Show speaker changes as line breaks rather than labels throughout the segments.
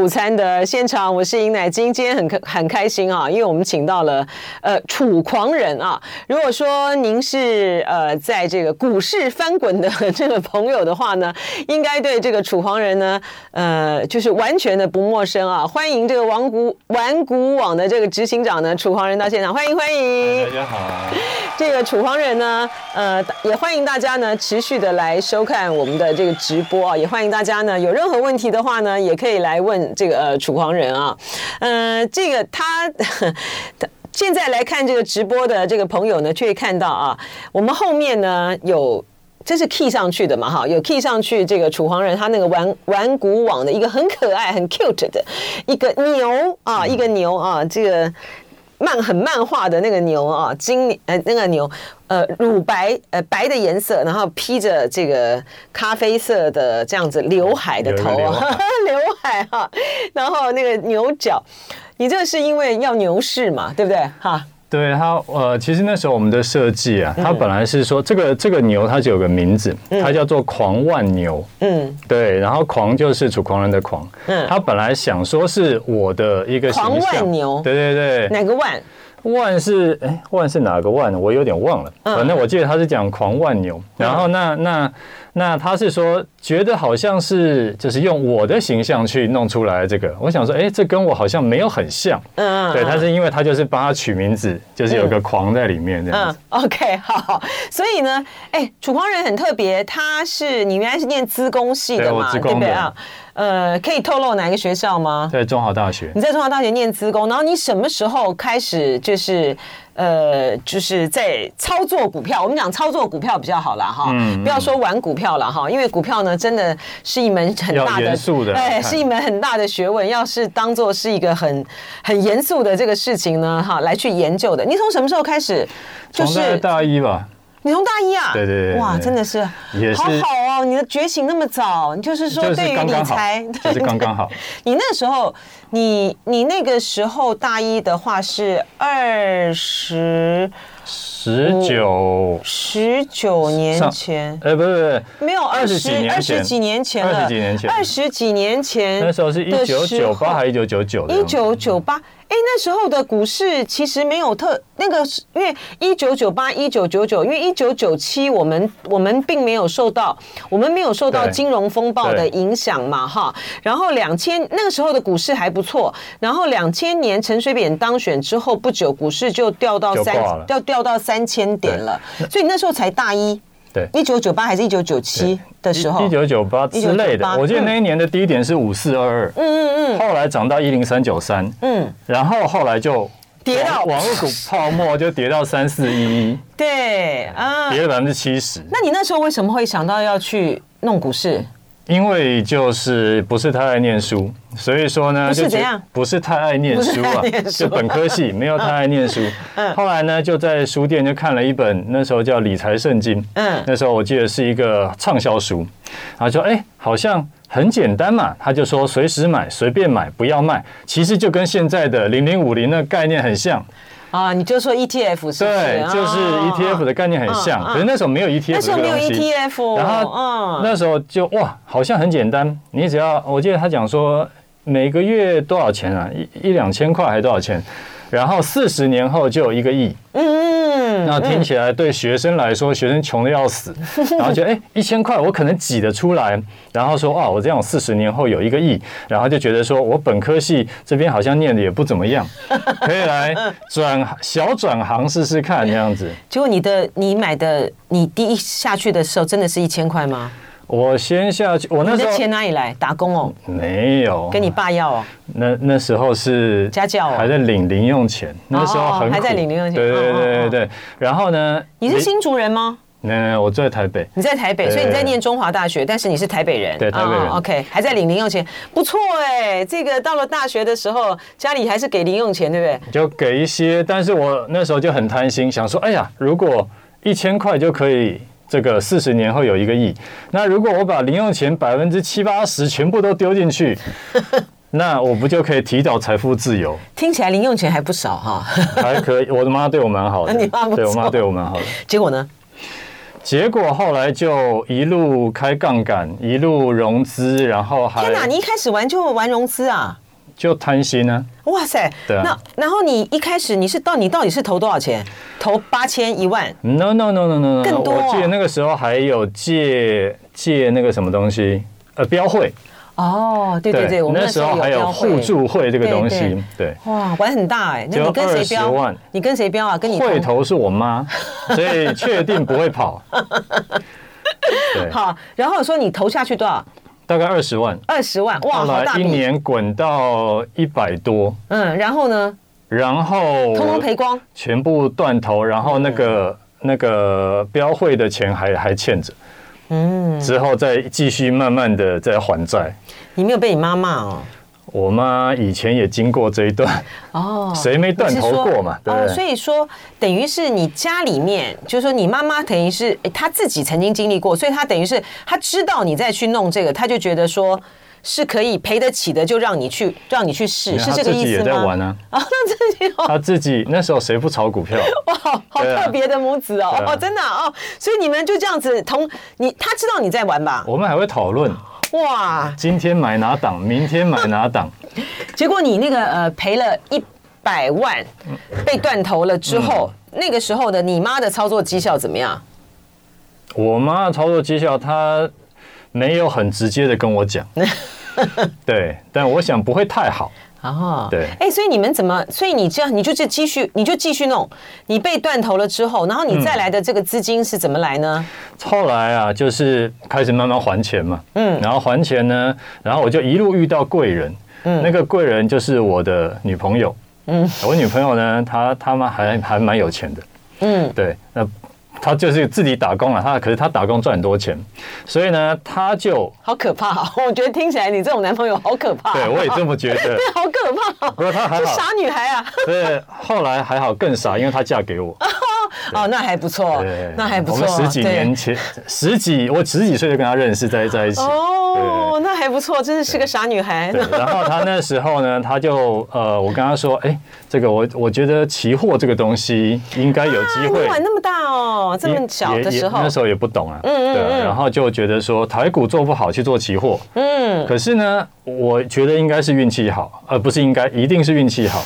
午餐的现场，我是尹乃金，今天很开很开心啊，因为我们请到了呃楚狂人啊。如果说您是呃在这个股市翻滚的这个朋友的话呢，应该对这个楚狂人呢，呃，就是完全的不陌生啊。欢迎这个王股玩股网的这个执行长呢，楚狂人到现场，欢迎欢迎。
大家好啊，
这个楚狂人呢，呃，也欢迎大家呢持续的来收看我们的这个直播啊，也欢迎大家呢有任何问题的话呢，也可以来问这个呃楚狂人啊，呃，这个他 他。现在来看这个直播的这个朋友呢，却看到啊，我们后面呢有这是 key 上去的嘛，哈，有 key 上去这个楚狂人他那个玩玩古网的一个很可爱、很 cute 的一个牛啊，一个牛啊，这个漫很漫画的那个牛啊，金呃那个牛呃乳白呃白的颜色，然后披着这个咖啡色的这样子刘海的头
有一个刘
啊，
海
刘海哈、然后那个牛角，你这是因为要牛市嘛，对不对哈？
对它呃，其实那时候我们的设计
嗯
啊，它本来是说这个这个牛它就有个名字，它叫做狂万牛，
嗯，
对，然后狂就是楚狂人的狂，
嗯
它本来想说是我的一个形象
狂万牛
对对对，
哪个万？
万是哎万是哪个万？我有点忘了，
嗯
反正我记得他是讲狂万牛，然后那那那他是说觉得好像是就是用我的形象去弄出来的这个，我想说哎这跟我好像没有很像。
嗯，嗯
对，
嗯
他是因为他就是帮他取名字，就是有个狂在里面这样
嗯
子。
，OK，好好。所以呢，哎，楚狂人很特别，他是你原来是念资工系的
对我
嘛，
资
对不
工
对
的
啊？呃，可以透露哪一个学校吗？
在中华大学
你在中华大学念资工，然后你什么时候开始就是呃，就是在操作股票？我们讲操作股票比较好啦，哈，
嗯
不要说玩股票了哈，因为股票呢真的是一门很大
要
的，
严肃地
哎，
来看
是一门很大的学问。要是当做是一个很很严肃的这个事情呢，哈，来去研究的。你从什么时候开始？就
从大概
是
大一吧，
你从大一啊，
对对对
哇，
对
真的是
也
好
是
好哦，你的觉醒那么早，你就是说
就
对
是
于
刚
理
刚好
财，，
就是刚刚 好。
你那时候，你你那个时候大一的话是二十
十九，
十九年
上
前，
呃，不是不是，
没有二
二十几
十
年
二十
前
几年前了，
二十几年前
二十几年前
那时候是一九九八还是一九九九？
一九九八，哎，那时候的股市其实没有特那个是，因为一九九八、一九九九，因为一九九七我们我们并没有受到我们没有受到
对
金融风暴的
对
影响嘛，哈。然后两千那个时候的股市还不错，然后两千年陈水扁当选之后不久，股市就掉到
就
三
挂了
掉掉到三千点了，所以你那时候才大一，
对。
一九九八还是一九九七的时候
一，九九八之类的
1998，
我记得那一年的低点是五四二二，嗯嗯嗯，后来涨到一零三九三，
嗯，
然后后来就
跌到
网网络股泡沫就跌到三四一一，
对啊。
跌了百分之七十。
那你那时候为什么会想到要去弄股市？
因为就是不是太爱念书，所以说呢，
不是
就觉
怎样
不是太爱念书
不是太
啊
爱，念书嗯
就本科系没有太爱 念书。后来呢，就在书店就看了一本，那时候叫《理财圣经》，
嗯
那时候我记得是一个畅销书，然后就哎，好像很简单嘛，他就说随时买，随便买，不要卖，其实就跟现在的零零五零那概念很像，
啊，你就说 ETF 是不是？
对，就是
啊
ETF 的。概念很像，
嗯嗯
可是那时候没有 E ETF
那时候没有 E
这个东西
ETF，
然
嗯
后那时候就哇，好像很简单，你只要我记得他讲说每个月多少钱啊，一一两千块还多少钱，然后四十年后就有一个亿，
嗯
那听起来对学生来说，学生穷的要 死，然后觉得哎一千块我可能挤得出来，然后说哇哦我这样四十年后有一个亿，然后就觉得说我本科系这边好像念的也不怎 么样，可以来转小转行试试看这样子。
结果你的你买的，你第一下去的时候真的是一千块吗？
我先下去，我那
你
时
的
候
钱哪里来？打工哦，
没有
跟你爸要哦。
那那时候是
家教哦
还在领零用钱，那时候很苦
还在领零用钱
对对
哦哦
对
哦
对对。然后呢，
你是
没？
新竹人吗？
没有没有，我住在台北。
你在台北，
对
所以你在念中华大学，但是你是台北人。
对台北人
哦 OK，还在领零用钱，不错哎。这个到了大学的时候，家里还是给零用钱，对不对？
就给一些，但是我那时候就很贪心，想说，哎呀，如果一千块就可以。这个四十年后有一个亿，那如果我把零用钱百分之七八十全部都丢进去，那我不就可以提早财富自由？
听起来零用钱还不少哈。
还可以，我的妈对我蛮好的，
你妈不
对我妈
错
对我蛮好的。
结果呢？
结果后来就一路开杠杆，一路融资，然后还
天哪，你一开始玩就玩融资啊？
就贪心呢、
哇塞！
对啊
那然后你一开始你是到你到底是投多少钱？投八千一万？
No no no no no no！
更多哦
我记得那个时候还有借借那个什么东西，呃，标会。
哦，对对对，我们
那时候还有
标会
互助会这个东西，对。
哇，玩很大哎、那你
就
跟谁
20
标
万？
你跟谁标啊？跟你
会
同
头是 我妈，所以确定不会跑。对，
好，然后说你投下去多少？
大概二十万，
二十万，哇，
后
好
来
大
一
笔。
年滚到一百多，
嗯，然后呢，
然后
通通赔光。
全部断头，然后那
嗯
个那个标会的钱还还欠着，嗯，之后再继续慢慢的再还债。
你没有被你妈骂哦？
我妈以前也经过这一段，
哦，
谁没断头过嘛
你是说
对不
哦，
对
所以说等于是你家里面，就是说你妈妈等于是诶她自己曾经经历过，所以她等于是她知道你再去弄这个，她就觉得说。是可以赔得起的，就让你去，让你去试，是
她
这个
自己
意
也
思
在玩
吗？
啊，
啊，那自己 哦
她自己那时候谁不炒股票？
哇，好好
对啊
特别的母子哦，
对啊
哦，真的啊哦，所以你们就这样子同你，她知道你在玩吧？
我们还会讨论
哇，
今天买哪档，明天买哪档。
结果你那个呃赔了一百万，
嗯
被断头了之后，那个时候的你妈的操作绩效怎么样？
我妈的操作绩效，她没有很直接的跟我 讲，对，但我想不会太好。
哦，
对
哎、所以你们怎么？所以你这样，你就这继续，你就继续弄。你被断头了之后，然后你再来的这个资金是怎么来呢？
后来啊，就是开始慢慢还钱嘛，嗯，然后还钱呢，然后我就一路遇到贵人，嗯，那个贵人就是我的女朋友，嗯，我女朋友呢，她她妈还还蛮有钱的，
嗯，
对，那她就是自己打工了，啊她可是她打工赚很多钱，所以呢，她就
好可怕、哦！ 我觉得听起来你这种男朋友好可怕、
对我也这么觉得，
好可怕、哦，
不过她还
这
好，
傻女孩啊！
对，后来还好更傻，因为她嫁给我，
哦，那还不错
对，，
那还不错，啊
我们十几年
对。
前，十几我十几岁就跟她认识，在在一起，
哦，那还不错，真的是个傻女孩。
对，然后他那时候呢，他就呃，我跟他说，哎，这个我我觉得期货这个东西应该有机
哎
会
你。玩那么大哦，这么
也
小的
也
时候
那，时候也不懂啊，
嗯嗯
对啊，然后就觉得说台股做不好去做期货，
嗯，
可是呢，我觉得应该是运气好，而、不是应该一定是运气好，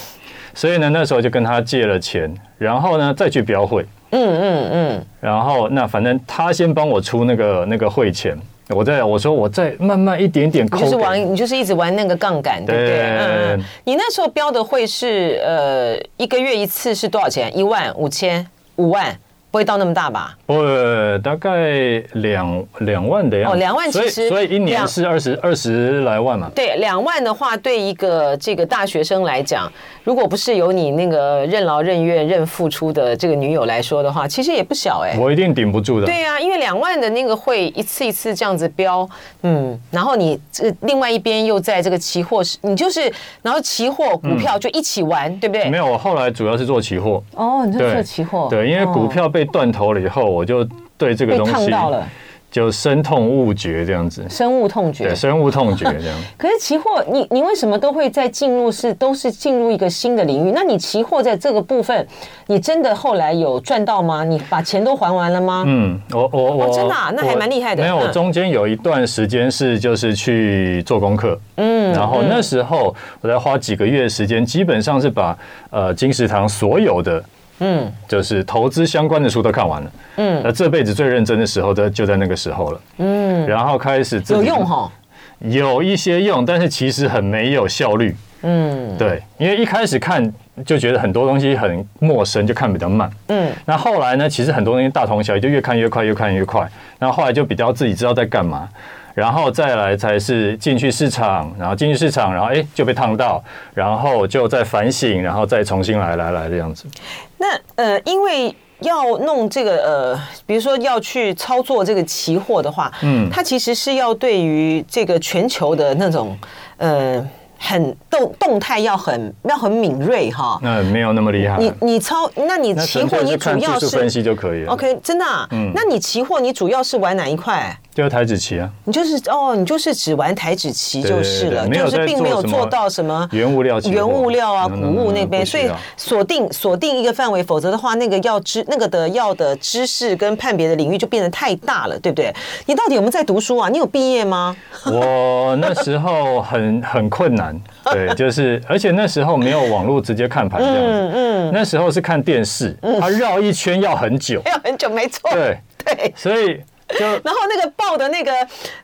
所以呢，那时候就跟他借了钱，然后呢再去标会，
嗯嗯
然后那反正他先帮我出那个那个汇钱，我再我说我再慢慢一点点
嗯，
抠
你
给
就是
你，
玩，你就是一直玩那个杠杆，对不对？
对
嗯，嗯你那时候标的会是呃，一个月一次是多少钱？一万、五千、五万，不会到那么大吧？
我呃大概两两万的样子，
哦两万
所以
其实
所以一年
两
是二十二十来万嘛，
对，两万的话，对一个这个大学生来讲，如果不是有你那个任劳任怨、任付出的这个女友来说的话，其实也不小哎、
我一定顶不住的。
对呀、因为两万的那个会一次一次这样子标，嗯，然后你这另外一边又在这个期货市，你就是然后期货股票就一起玩，对不
没
对？
有，我后来主要是做期货，
哦，你就
对
做期货，哦
对，因为股票被断头了以后，我就对这个
被
东
烫
西
到了，
就深痛误觉这样子，
深恶痛
对，
绝。
深恶痛绝这样。
可是期货，你你为什么都会在进入是都是进入一个新的领域？那你期货在这个部分，你真的后来有赚到吗？你把钱都还完了吗？
嗯，我我我、
哦真的啊那还
我
蛮厉害的
没有，
嗯
我中间有一段时间是就是去做功课，嗯，然后那时候我在花几个月的时间，基本上是把呃金石堂所有的。
嗯
就是投资相关的书都看完了，嗯，那这辈子最认真的时候的就在那个时候了，嗯，然后开始自己
有用哈，
有一些用，但是其实很没有效率，
嗯
对，因为一开始看就觉得很多东西很陌生，就看比较慢，
嗯，
那后来呢，其实很多东西大同小异，就越看越快，越看越快。那后来就比较自己知道在干嘛，然后再来才是进去市场，然后进去市场，然后哎就被烫到，然后就再反省，然后再重新来来来这样子。
那呃，因为要弄这个呃，比如说要去操作这个期货的话，嗯，它其实是要对于这个全球的那种呃，很动动态要很要很敏锐哈。
那没有那么厉害，
你你操，那你
啊那
期
纯
货
粹
你
是看
主
技
要
术分
是
析就可以了。嗯
OK 真的、啊，那你期货你主要是玩哪一块？
就是台子棋啊，
你就是哦，你就是只玩台子棋
对
就
对对
是了，
对没有
就是
在
并
做
没有
什
做
么
到什么
原物料期货
原物料啊、谷
No, no, no,
物那
no,
边，
不
所以
需要
锁定锁定一个范围，否则的话，那个要知那个的要的知识跟判别的领域就变得太大了，对不对？你到底有没有在读书啊？你有毕业吗？
我那时候很很困 难，对，就是而且那时候没有网络直接看盘这样
嗯
子，那时候是看电视，它绕一圈要很久，
没有很久，没错，
对，
嗯 对。
所以就
然后那个报的那个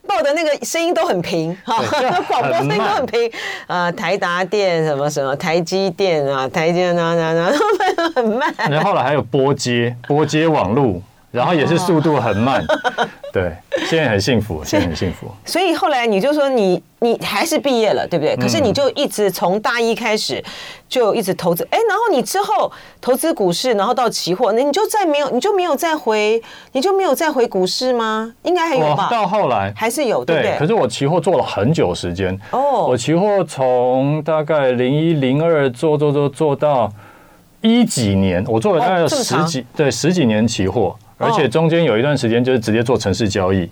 报的那个声音都很平，哈
对就，很
广播声音都
慢
很平，啊，台达电什么什么，台积电啊，台积电啊，啊啊啊，很慢。
然后后来还有波接波接网路，然后也是速度很慢，
啊
对，现在很幸福，现在很幸 福。
所以后来你就说你你还是毕业了，对不
嗯
对？可是你就一直从大一开始就一直投资，哎、然后你之后投资股市，然后到期货，那你就再没有，你就没有再回，你就没有再回股市吗？应该还有
我哦到
吧，
后来
还是有，对不
对，
对？
可是我期货做了很久时间。
哦
我期货从大概零一零二做做做做到一几年，我做了大概
哦
有
这么
十
长
几、对十几年期货，而
哦
且中间有一段时间就是直接做城市交易。
嗯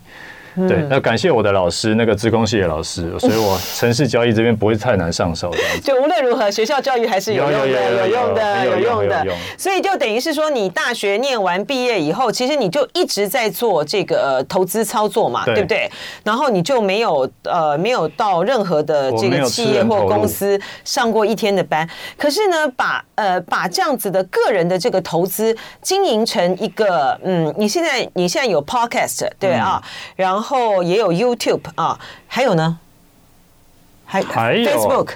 对，那感谢我的老师，那个资工系的老师，所以我城市交易这边不会太难上手这样子。
就无论如何，学校教育还是有用
有有有
的，有
有
用的，
有有
用的
有有。
所以就等于是说，你大学念完毕业以后，其实你就一直在做这个呃投资操作嘛，
对
对不对？然后你就没有呃没有到任何的这
我没
个
有
企
吃
业
人
或
头
公
路
司上过一天的班。可是呢，把呃把这样子的个人的这个投资经营成一个嗯，你现在你现在有 podcast 对啊，
嗯
然后也有 YouTube 啊，还有呢，还
还有啊
Facebook。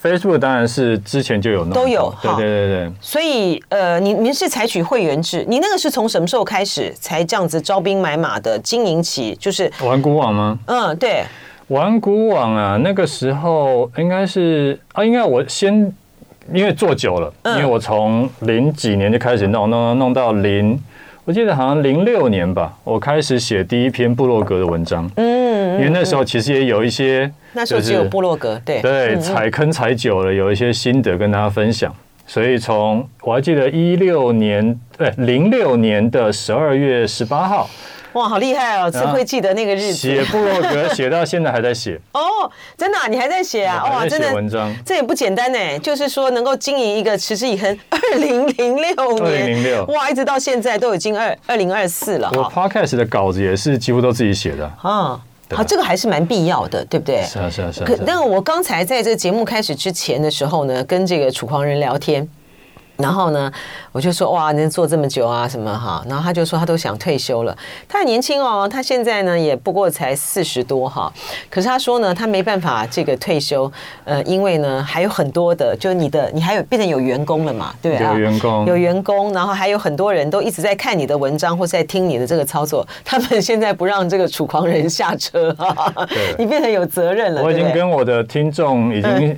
Facebook 当然是之前就有弄过，
都有
对
哈
对对对。
所以，呃，你您是采取会员制，你那个是从什么时候开始才这样子招兵买马的经营起？就是，
玩股网吗？
嗯，对，
玩股网啊，那个时候应该是啊，应该我先因为做久了，
嗯
因为我从零几年就开始弄弄弄弄到零，我记得好像零六年吧，我开始写第一篇部落格的文章，
嗯，
因为那时候其实也有一些，
那时候只有嗯部落格，对，
对，踩坑踩久了，有一些心得跟大家分享。所以从我还记得一六年，对，零六年的十二月十八号
哇，好厉害哦，只会记得那个日子
写部落格，写到现在还在写，
哦，真的啊、你还在写啊，
我
哇，
还在
真
写
的
文。章。
这也不简单呢，就是说能够经营一个持之以恒，二零零六年，
2006
哇，一直到现在都已经二二零二四了
我
哈，
podcast 的稿子也是几乎都自己写的。
啊，
对啊
好，这个还是蛮必要的，对不对？
是啊，是啊，是啊。
可
是啊
但我刚才在这个节目开始之前的时候呢，跟这个楚狂人聊天。然后呢，我就说哇，能做这么久啊，什么哈？然后他就说他都想退休了，他很年轻哦，他现在呢也不过才四十多哈。可是他说呢，他没办法这个退休，呃，因为呢还有很多的，就是你的你还有变成有员工了嘛，对不对啊？
有员工
有员工，然后还有很多人都一直在看你的文章或是在听你的这个操作，他们现在不让这个楚狂人下车、哈，
对
你变成有责任了，
我已
对不
经
对
跟我的听众已经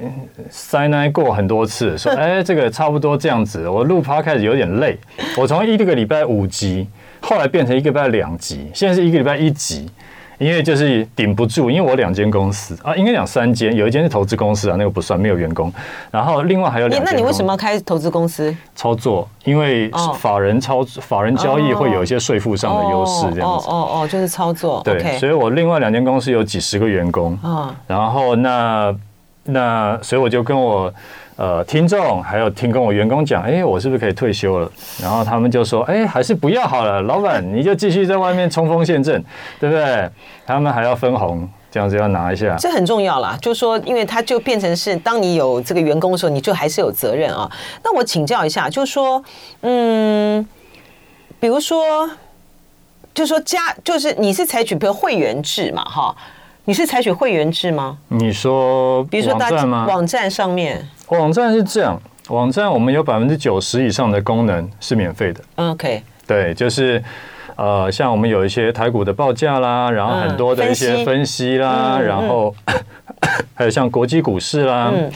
塞奶过很多 次，说哎，这个差不多这样子。我录 podcast 有点累，我从一个礼拜五集，后来变成一个礼拜两集，现在是一个礼拜一集。因为就是顶不住，因为我两间公司啊，应该讲三间，有一间是投资公司啊，那个不算，没有员工。然后另外还有
你
两间
那你为
公司
什么要开投资公司？
操作？因为
哦
法人操、法人交易会有一些税负上的优势，这样
哦
子。
哦哦，就是操作。
对
OK
所以我另外两间公司有几十个员工，
嗯
然后那那所以我就跟我呃听众还有听跟我员工讲，哎，我是不是可以退休了？然后他们就说，哎，还是不要好了，老 板你就继续在外面冲锋陷阵，对不对？他们还要分红，这样子要拿一下。
这很重要啦，就是说，因为它就变成是，当你有这个员工的时候，你就还是有责任啊。那我请教一下，就是说，嗯，比如说，就是说加，就是你是采取比如会员制嘛，哈，你是采取会员制吗？
你说
比如说
网站吗？
网站上面
网站是这样，网站我们有百分之九十以上的功能是免费的。
嗯，OK，
对，就是呃，像我们有一些台股的报价啦，然后
嗯
很多的一些分析啦，
嗯嗯
然后、 还有像国际股市啦，
嗯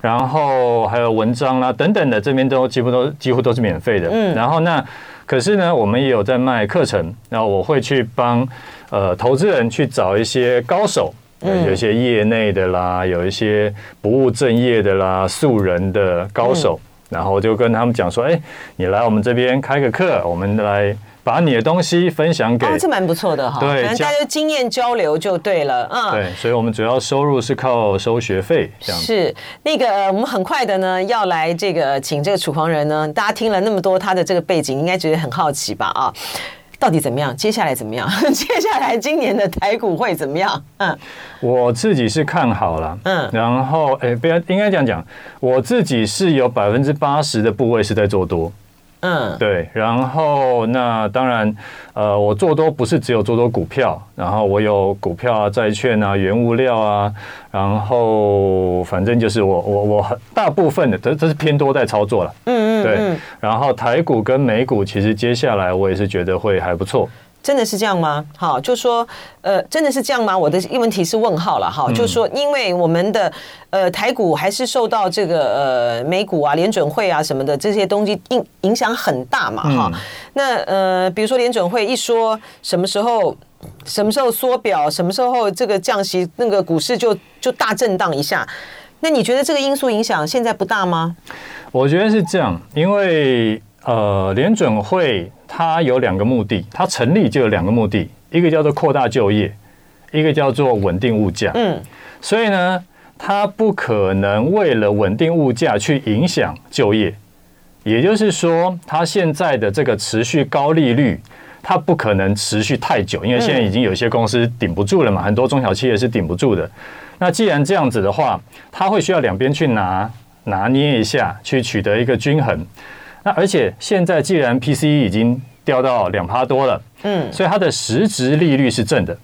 然后还有文章啦等等的，这边都几乎都几乎都是免费的。
嗯
然后那可是呢，我们也有在卖课程，然后我会去帮呃投资人去找一些高手。
嗯
有一些业内的啦，有一些不务正业的啦，素人
嗯
的高手，然后我就跟他们讲说，哎，你来我们这边开个课，我们来把你的东西分享给。
哦，这蛮不错的哈。
对
反正
加
大家经验交流就对了。嗯，
对，所以我们主要收入是靠收学费这样子。
是那个，呃我们很快的呢，要来这个请这个楚狂人呢，大家听了那么多他的这个背景，应该觉得很好奇吧？啊，到底怎么样？接下来怎么样？ 接下来今年的台股会怎么样？嗯，
我自己是看好了，
嗯
嗯，然后诶，不要应该这样讲，我自己是有百分之八十的部位是在做多，
嗯，
对，然后那当然，呃，我做多不是只有做多股票，然后我有股票啊、债券啊、原物料啊，然后反正就是我我我很大部分的，这这是偏多在操作了，嗯嗯，对，然后台股跟美股其实接下来我也是觉得会还不错，
真的是这样吗？好，就说呃，真的是这样吗？我的问题是问号了
嗯
哈，就说因为我们的呃台股还是受到这个呃美股啊、联准会啊什么的这些东西影影响很大嘛哈。
嗯
那呃，比如说联准会一说什么时候。什么时候缩表，什么时候这个降息，那个股市就就大震荡一下。那你觉得这个因素影响现在不大吗？
我觉得是这样，因为呃，联准会它有两个目的，它成立就有两个目的，一个叫做扩大就业，一个叫做稳定物价。
嗯，
所以呢，它不可能为了稳定物价去影响就业，也就是说，它现在的这个持续高利率。它不可能持续太久，因为现在已经有一些公司顶不住了嘛，很多中小企业是顶不住的。那既然这样子的话，它会需要两边去拿拿捏一下，去取得一个均衡。那而且现在既然 PCE 已经掉到两趴多了，
嗯，
所以它的实质利率是正的，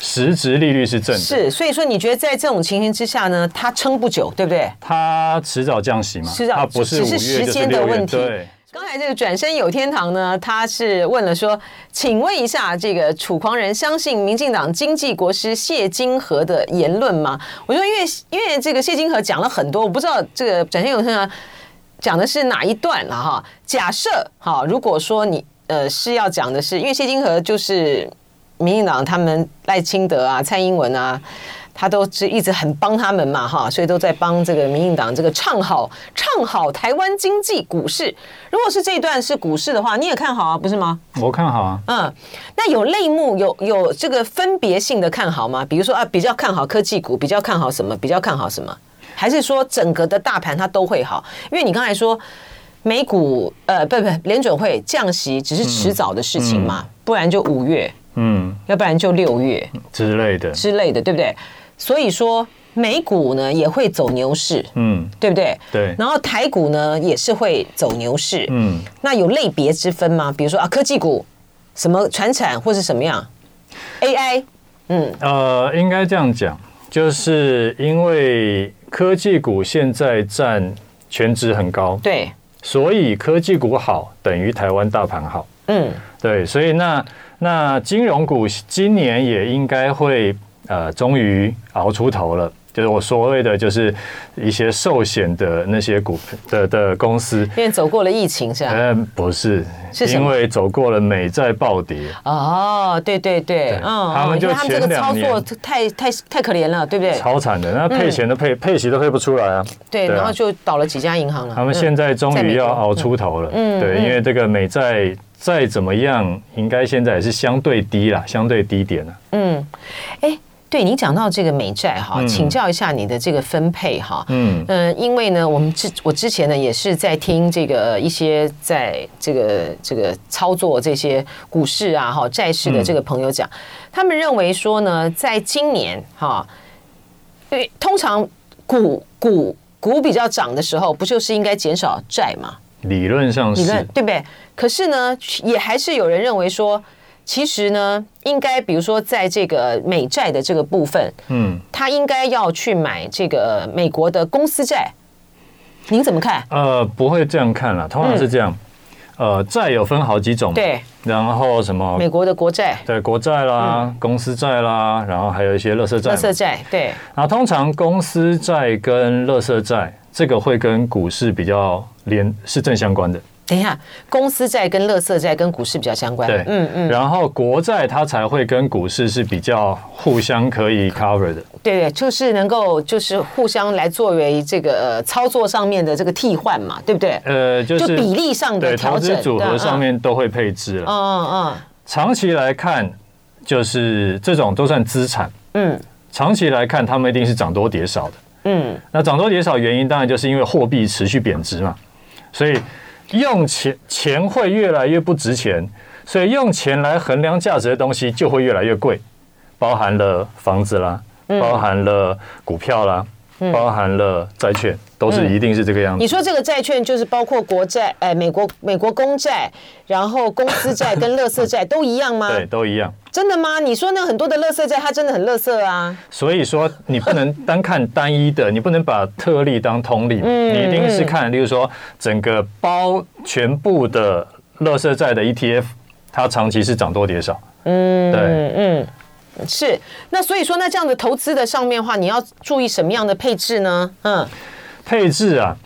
实质利率是正的，
是，所以说你觉得在这种情形之下呢，它撑不久，对不对？
它迟早降息嘛，
迟早
它不是
只
五
是
月
时
就是
间的
六月
问题
对。
刚才这个转身有天堂呢，他是问了说，请问一下，这个楚狂人相信民进党经济国师谢金河的言论吗？我说，因为因为这个谢金河讲了很多，我不知道这个转身有天堂讲的是哪一段了哈。假设哈，如果说你呃是要讲的是，因为谢金河就是民进党他们赖清德啊、蔡英文啊，他都是一直很帮他们嘛哈，所以都在帮这个民进党这个唱好唱好台湾经济股市。如果是这一段是股市的话，你也看好啊，不是吗？
我看好啊，
嗯，那有类目有有这个分别性的看好吗？比如说啊，比较看好科技股，比较看好什么，比较看好什么，还是说整个的大盘它都会好？因为你刚才说美股呃不不联准会降息只是迟早的事情嘛，不然就五月，
嗯
要不然就六月
之类的，
之类的，对不对？所以说美股呢也会走牛市，
嗯，
对不对？
对
然后台股呢也是会走牛市，
嗯，
那有类别之分吗？比如说啊，科技股、什么船产或是什么样？AI，
呃，应该这样讲，就是因为科技股现在占全值很高，
对，
所以科技股好等于台湾大盘好。
嗯，
对，所以那那金融股今年也应该会呃，终于熬出头了。就是我所谓的，就是一些寿险的那些股的的公司，
因为走过了疫情是吧？
嗯，不是，
是什
因
么
为走过了美债暴跌，
哦，对对对，嗯，
他们就
因为他们这
前
个操
两年
作太太太可怜了，对不对？嗯
超惨的，那配钱都配、配息都配不出来啊。
对，
啊
然后就倒了几家银行了。
他
嗯
们现在终
在美
于
国
要熬出头了，
嗯
对，
嗯
因为这个美债再怎么样，应该现在也是相对低啦，相对低点了。啊
嗯，哎，对你讲到这个美债哈，
嗯
请教一下你的这个分配哈。
嗯
嗯，因为呢，我们之我之前呢也是在听这个呃一些在这个这个操作这些股市啊哈债市的这个朋友讲，他们认为说呢，在今年哈，因为通常股股股比较涨的时候，不就是应该减少债嘛？
理论上
理论
哦是，
对不对？可是呢，也还是有人认为说，其实呢，应该比如说在这个美债的这个部分，
嗯，
他应该要去买这个美国的公司债。您怎么看？
呃，不会这样看了，通常是这样，呃，债有分好几种嘛，
嗯对，
然后什么
美国嗯的国债、
对国债啦、公司债啦，然后还有一些垃圾债
垃
嘛，
圾债，对，
然后通常公司债跟垃圾债这个会跟股市比较连是正相关的，
等一下，公司债跟乐色债跟股市比较相关。
对，嗯嗯，然后国债它才会跟股市是比较互相可以 cover 的，
对对，就是能够就是互相来作为这个、呃操作上面的这个替换嘛，对不对？
呃，就是
就比例上的
对
调
投
整
资组
对
合
啊
上面都会配置了。
嗯嗯
长期来看，就是这种都算资产，
嗯
长期来看，它们一定是涨多跌少的。
嗯，
那涨多跌少原因当然就是因为货币持续贬值嘛，所以用钱钱会越来越不值钱，所以用钱来衡量价值的东西就会越来越贵，包含了房子啦，
嗯
包含了股票啦，包含了债券，都是一定是这个样
嗯
子。
你说这个债券就是包括国债，哎，美国美国公债，然后公司债跟 乐色债都一样吗？
对，都一样。
真的吗？你说那很多的乐色债，它真的很乐色啊。
所以说，你不能单看单一的，你不能把特例当通例，
嗯
你一定是看，例如说整个包全部的乐色债的 ETF，它长期是涨多跌少。嗯，对，
是，那所以说，那这样的投资的上面的话，你要注意什么样的配置呢？嗯，
配置啊，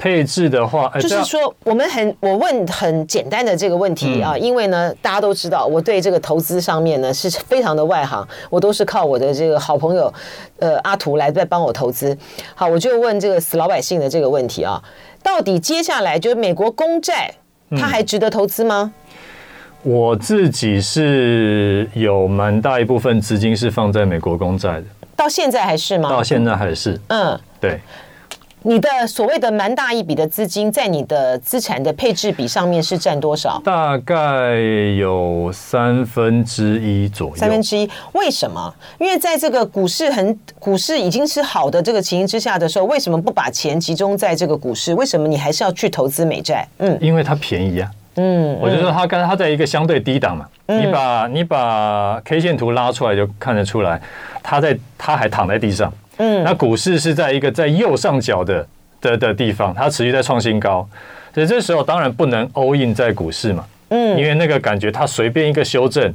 配置的话，哎
就是，说，我们很我问很简单的这个问
嗯
题啊，因为呢，大家都知道我对这个投资上面呢是非常的外行，我都是靠我的这个好朋友，呃，阿图来在帮我投资。好，我就问这个死老百姓的这个问题啊，到底接下来就是美国公债，它还值得投资吗？
这我自己是有蛮大一部分资金是放在美国公债的，
到现在还是吗
到？现在还是
嗯。
对。
你的所谓的蛮大一笔的资金，在你的资产的配置比上面是占多少？
大概有三分之一左右，
三分之一，为什么？因为在这个股市很股市已经是好的这个情形之下的时候，为什么不把钱集中在这个股市？为什么你还是要去投资美债？嗯，
因为它便宜啊。嗯，我就说它刚它在一个相对低档嘛，你把你把 K 线图拉出来就看得出来，它在它还躺在地上。嗯，那股市是在一个在右上角的的的地方，它持续在创新高，所以这时候当然不能 all in 在股市嘛。嗯，因为那个感觉它随便一个修正，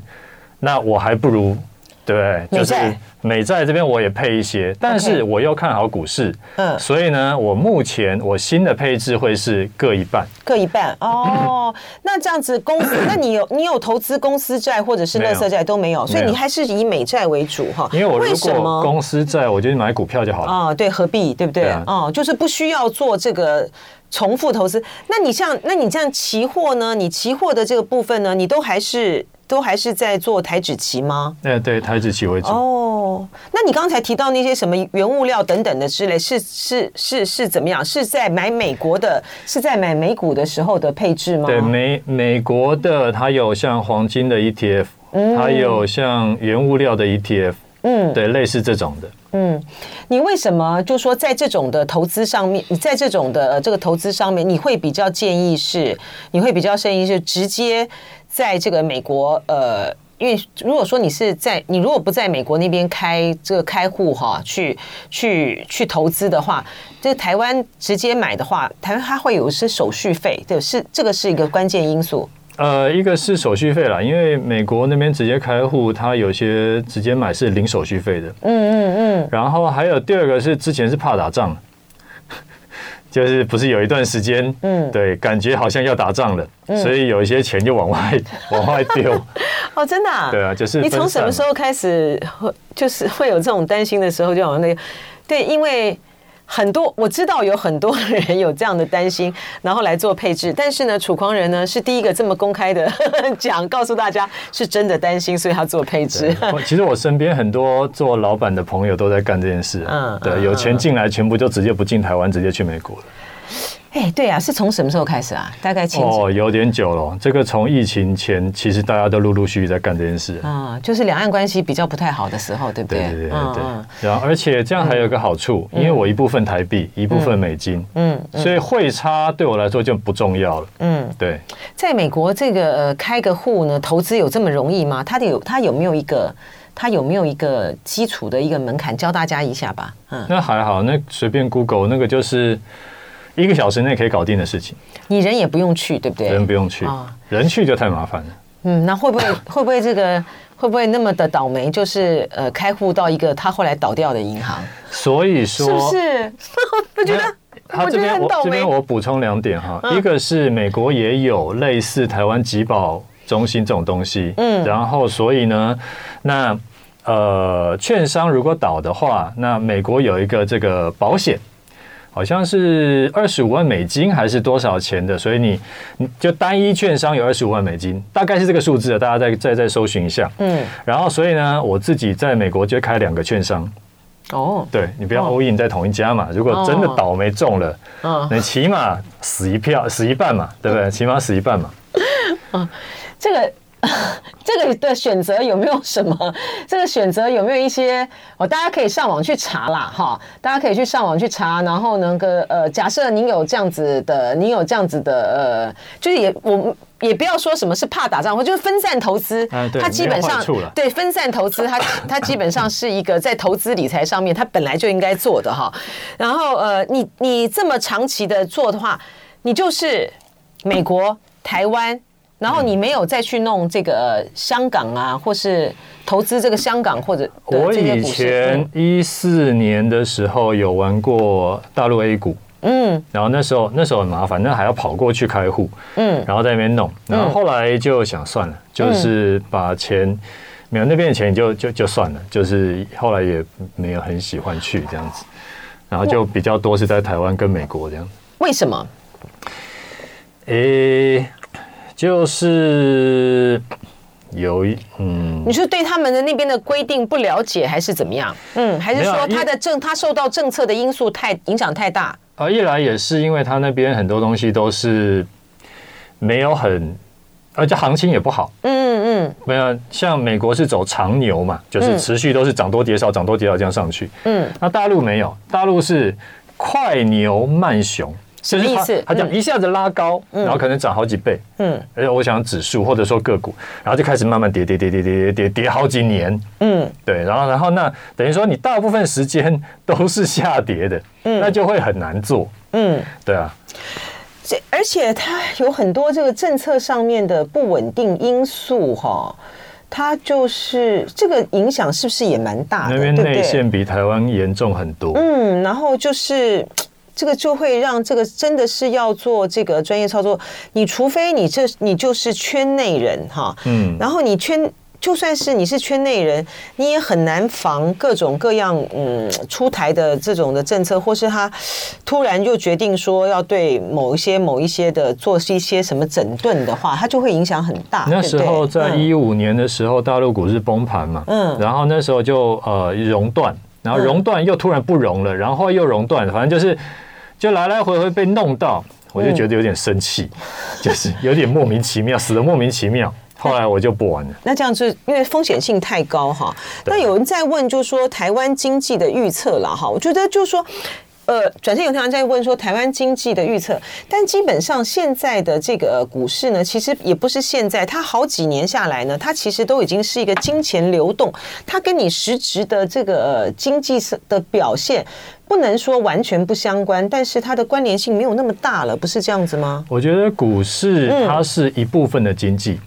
那我还不如对，
美
就是
债
美债这边我也配一些，但是我又看好股市，
嗯
所以呢，我目前我新的配置会是各一半。
各一半哦。
嗯
那这样子公司，那你有你有投资公司债或者是
没有
乐色债都没有，所以
没有
你还是以美债为主哈。
因为哦我如
什
果
么？
公司债，我就去买股票就好了。
啊、对，何必对不对？
对啊
哦，就是不需要做这个重复投资。那你像，那你这样期货呢？你期货的这个部分呢，你都还是都还是在做台指期吗？
那哎对台指期为主，
哦，那你刚才提到那些什么原物料等等的之类，是是是是怎么样？是在买美国的，是在买美股的时候的配置吗？
对美美国的它有像黄金的 ETF，它有像原物料的 ETF，嗯，对，类似这种的。
你为什么就说在这种的投资上面，你在这种的、呃这个投资上面，你会比较建议是，你会比较建议是直接在这个美国呃，因为如果说你是在你如果不在美国那边开这个开户哈，去去去投资的话，这台湾直接买的话，台湾它会有一些手续费，对，是这个是一个关键因素。
呃，一个是手续费啦，因为美国那边直接开户，它有些直接买是零手续费的。嗯嗯嗯。然后还有第二个是之前是怕打仗， 就是不是有一段时间，嗯，对，感觉好像要打仗了，所以有一些钱就往外往外丢。
哦，真的、啊？
对 啊 就是
你从
分
什
散
么时候开始会就是会有这种担心的时候，就好像那个，对，因为。很多我知道有很多人有这样的担心，然后来做配置。但是呢，楚狂人呢是第一个这么公开的讲，告诉大家是真的担心，所以他做配置。
我其实我身边很多做老板的朋友都在干这件事。
嗯
嗯，对，有钱进来，全部就直接不进台湾，直接去美国了。
哎，对啊，是从什么时候开始啊？大概前几
哦，有点久了。这个从疫情前，其实大家都陆陆续续在干这件事。
啊，就是两岸关系比较不太好的时候，对不
对
对？
对对对
嗯
对
嗯。
然后，而且这样还有一个好处，因为我一部分台币，一部分美金，嗯，所以汇差对我来说就不重要了。嗯，对，
在美国这个呃开个户呢，投资有这么容易吗？它的有它有没有一个它有没有一个基础的一个门槛？教大家一下吧。嗯，
那还好，那随便 Google 那个就是一个小时内可以搞定的事情，
你人也不用去，对不对？
人不用去
啊，
人去就太麻烦了。
嗯，那会不会会不会这个会不会那么的倒霉？就是呃开户到一个他后来倒掉的银行，
所以说，
是不是？我觉得
那他这边
我觉得很
我
倒霉嗯
这边我补充两点哈，一个是美国也有类似台湾集保中心这种东西，
嗯
然后所以呢，那呃，券商如果倒的话，那美国有一个这个保险。好像是二十五万美金还是多少钱的，所以你你就单一券商有二十五万美金，大概是这个数字啊的，大家再再再搜寻一下。
嗯，
然后所以呢，我自己在美国就开两个券商，
哦，
对你不要
哦
all in 在同一家嘛，如果真的倒霉中了，
嗯，
你起码死一票，死一半嘛，对不对？起码死一半嘛。
这个 这个的选择有没有什么？这个选择有没有一些？哦，大家可以上网去查啦，哈，大家可以去上网去查。然后呢，个呃，假设您有这样子的，您有这样子的，呃，就是也我们也不要说什么是怕打仗，或就是分散投资，
啊对
它基本
没有
上
坏处了
对分散投资，它它基本上是一个在投资理财上面它本来就应该做的哈。然后呃，你你这么长期的做的话，你就是美国、台湾，然后你没有再去弄这个呃香港啊，或是投资这个香港或者的
我
这些
以
股市嗯
前一四年的时候有玩过大陆 A 股，
嗯
然后那时候那时候很麻烦，那还要跑过去开户，
嗯
然后在那边弄，然后后来就想算了，就是把钱。没有那边的钱就就就算了，就是后来也没有很喜欢去这样子，然后就比较多是在台湾跟美国这样。
为什么？
诶、就是有一嗯，
你是对他们的那边的规定不了解，还是怎么样？嗯，还是
没有
说
啊因为
他的政他受到政策的因素太影响太大？
啊，一来也是因为他那边很多东西都是没有很，而且行情也不好。
嗯嗯
没有，像美国是走长牛嘛，就是持续都是涨多跌少，涨多跌少这样上去。
嗯
那大陆没有，大陆是快牛慢熊，什
么意思
它讲
嗯
一下子拉高，然后可能涨好几倍。
嗯
而且我想指数或者说个股，然后就开始慢慢跌跌跌跌跌跌跌跌好几年。
嗯
对，然后然后那等于说你大部分时间 都是下跌的，那就会很难做，
嗯，
对啊，
这而且它有很多这个政策上面的不稳定因素哈、它就是这个影响是不是也蛮大的？
那边
啊对不
内
对？
线比台湾严重很多。
嗯，然后就是。这个就会让这个真的是要做这个专业操作，你除非你这你就是圈内人哈，
嗯
然后你圈就算是你是圈内人，你也很难防各种各样嗯出台的这种的政策，或是他突然就决定说要对某一些某一些的做一些什么整顿的话，它就会影响很大。
那
对
时
不对
候在
嗯
一五年的时候，大陆股市崩盘嘛，
嗯
然后那时候就呃熔断，然后熔断又突然不熔了，然后又熔断，反正就是就来来回回被弄到，我就觉得有点生 气，就是有点莫名其妙，死的莫名其妙。后来我就不玩了。
那这样就因为风险性太高哈。那有人在问，就说台湾经济的预测了哈，我觉得就是说。呃，转身有常常在问说台湾经济的预测，但基本上现在的这个、呃股市呢，其实也不是现在，它好几年下来呢，它其实都已经是一个金钱流动，它跟你实质的这个、呃、经济的表现不能说完全不相关，但是它的关联性没有那么大了，不是这样子吗？
我觉得股市它是一部分的经济，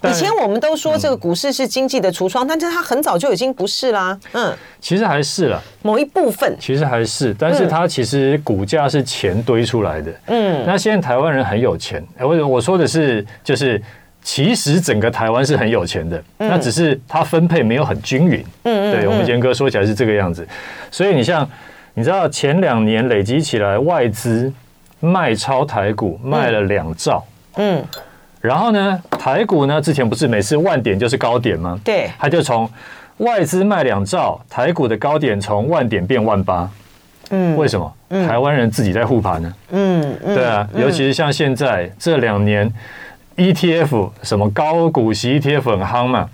但
以前我们都说这个股市是经济的橱窗，但是它很早就已经不是啦。嗯，
其实还是了，
某一部分，
其实还是，但是它其实股价是钱堆出来的。
嗯
那现在台湾人很有钱，哎我我说的是就是。其实整个台湾是很有钱的，那只是它分配没有很均匀。
嗯
对我们严格说起来是这个样子。所以你像，你知道前两年累积起来外资卖超台股卖了两兆，
嗯，
然后呢，台股呢之前不是每次万点就是高点吗？
对
它就从外资卖两兆，台股的高点从万点变万八。
嗯
为什么？台湾人自己在护盘呢？
嗯嗯，
对啊，尤其是像现在这两年 ETF 什么高股息 ETF 很夯嘛，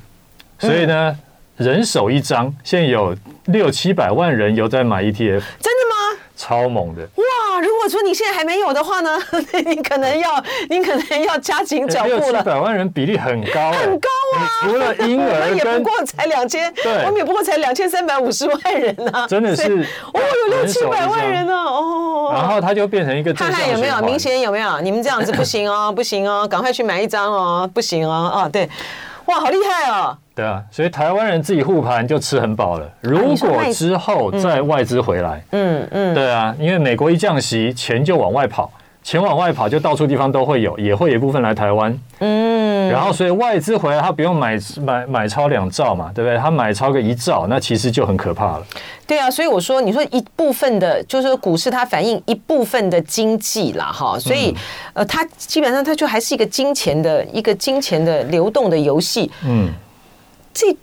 所以
嗯
呢，人手一张，现在有六七百万人有在买 E
真的
ETF，
吗？
超猛的。
哇，如果说你现在还没有的话呢， 你可能要，你可能要加紧脚
六
步
七
了。
百万人比例很高、哎
很高啊
你除了婴
我们
儿
也不
跟
过才两千，
对
我们也不过才两千三百五十万人啊，
真的是
所以哦，有六
人手
七
一
百万
张
人呢、哦。
然后它就变成一个正
看
向
看有没有
循环
明显有没有？你们这样子不行哦，不行哦，赶快去买一张哦，不行哦，哦，对。哇，好厉害哦！
对啊，所以台湾人自己护盘就吃很饱了。如
你说
果
外
之后再外资回来，
嗯嗯，
对啊，因为美国一降息，钱就往外跑，钱往外跑就到处地方都会有，也会有一部分来台湾。嗯，然后所以外资回来，他不用买买买超两兆嘛，对不对？他买超个一兆，那其实就很可怕了。
对啊，所以我说，你说一部分的，就是说股市它反映一部分的经济啦，哈，所以、呃，它基本上它就还是一个金钱的一个金钱的流动的游戏。
嗯，
这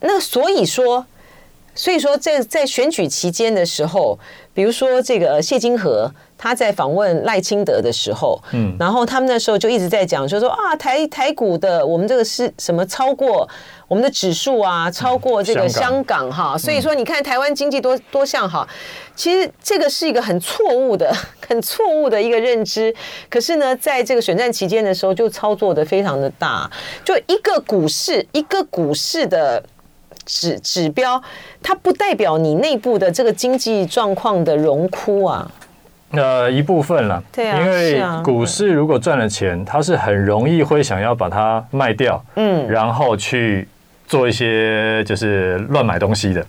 那所以说，所以说在在选举期间的时候，比如说这个呃谢金河他在访问赖清德的时候，嗯，然后他们那时候就一直在讲，就说啊台台股的我们这个是什么超过我们的指数啊，超过这个
嗯香港
香港哈，所以说你看台湾经济多多向好，其实这个是一个很错误的、 很错误的一个认知。可是呢，在这个选战期间的时候，就操作的非常的大，就一个股市一个股市的。指指标，它不代表你内部的这个经济状况的荣枯啊。
呃，一部分了，
对啊
因
是
为
啊
股市如果赚了钱，它是很容易会想要把它卖掉，嗯，然后去做一些就是乱买 东西的，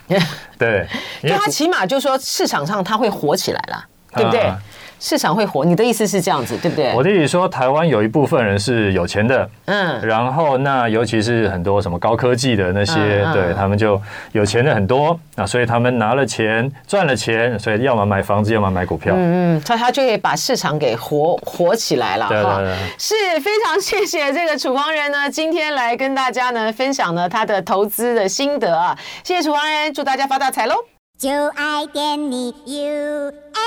对，因
就
为
它起码就说市场上它会火起来啦，对不对？
啊
市场会火，你的意思是这样子，对不对？
我弟弟说，台湾有一部分人是有钱的，
嗯，
然后那尤其是很多什么高科技的那些，
嗯嗯
对他们就有钱的很多啊，所以他们拿了钱赚了钱，所以要么买房子，要么买股票。
嗯，他他就可以把市场给活活起来了
对
哈
对对。
是非常谢谢这个楚狂人呢，今天来跟大家呢分享呢他的投资的心得啊，谢谢楚狂人，祝大家发大财喽！
就爱点你 UFO。